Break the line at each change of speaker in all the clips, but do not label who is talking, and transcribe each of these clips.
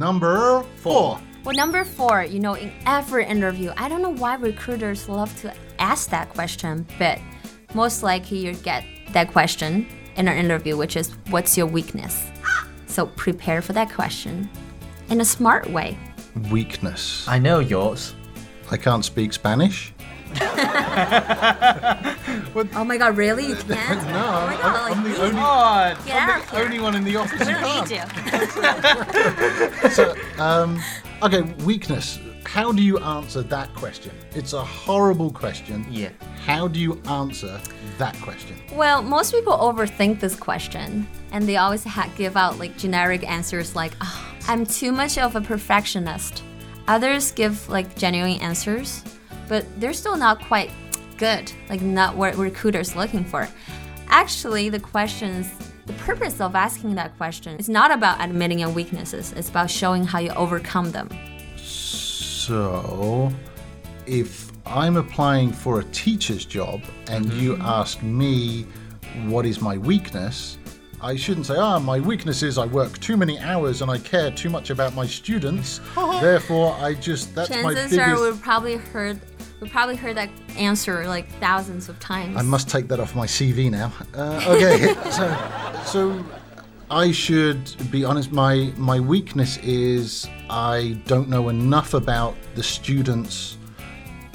Number four.
Well, number four, you know, in every interview, I don't know why recruiters love to ask that question, but most likely you get that question in an interview, which is, What's your weakness? So prepare for that question in a smart way.
Weakness.
I know yours.
I can't speak Spanish.
Oh my god, really? You can't? no, oh my god,
I'm the
like,
only,
God.
get out of here.
only one in the office.
We
who
don't
can't.
need you.
Okay, weakness. How do you answer that question? It's a horrible question.
Yeah.
How do you answer that question?
Well, most people overthink this question, and they always ha- give out like generic answers like, "Ah, "I'm too much of a perfectionist." Others give like genuine answers, but they're still not quite good, like not what recruiters looking for. Actually, the questions, the purpose of asking that question is not about admitting your weaknesses; it's about showing how you overcome them.
So, if I'm applying for a teacher's job and you ask me what is my weakness, I shouldn't say, ah, my weakness is I work too many hours and I care too much about my students. Therefore, I just, that's my
Chances
biggest.
are we've probably heard we probably heard that answer like thousands of times.
I must take that off my CV now. Uh, okay, so so I should be honest. My my weakness is I don't know enough about the students'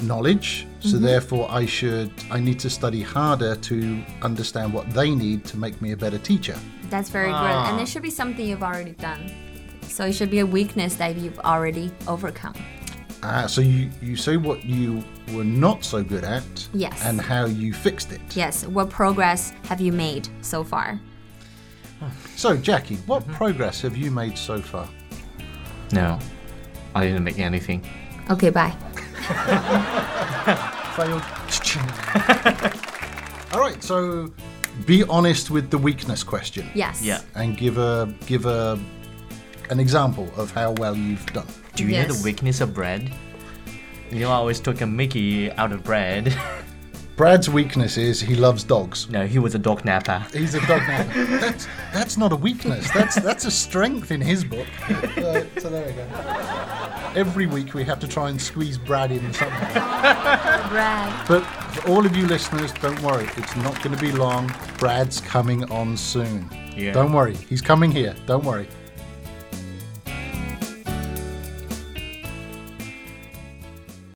knowledge. So therefore, I should I need to study harder to understand what they need to make me a better teacher.
That's very good. And it should be something you've already done. So it should be a weakness that you've already overcome.
Ah, so you you say what you were not so good at,
Yes.
and how you fixed it.
Yes, what progress have you made so far?
So Jackie, what progress have you made so far?
No, I didn't make anything.
Okay, bye.
failed. All right, so be honest with the weakness question
Yes.
Yeah.
and give a give a an example of how well you've done.
Do you know
Yes.
the weakness of bread? You know, I always took a Mickey out of bread.
Brad's weakness is he loves dogs.
no, he was a dog napper.
He's a dog man. That's that's not a weakness. That's that's a strength in his book. So, so there we go. Every week we have to try and squeeze Brad in somehow.
Brad.
But for all of you listeners, don't worry, it's not going to be long. Brad's coming on soon.
Yeah.
Don't worry, he's coming here. Don't worry.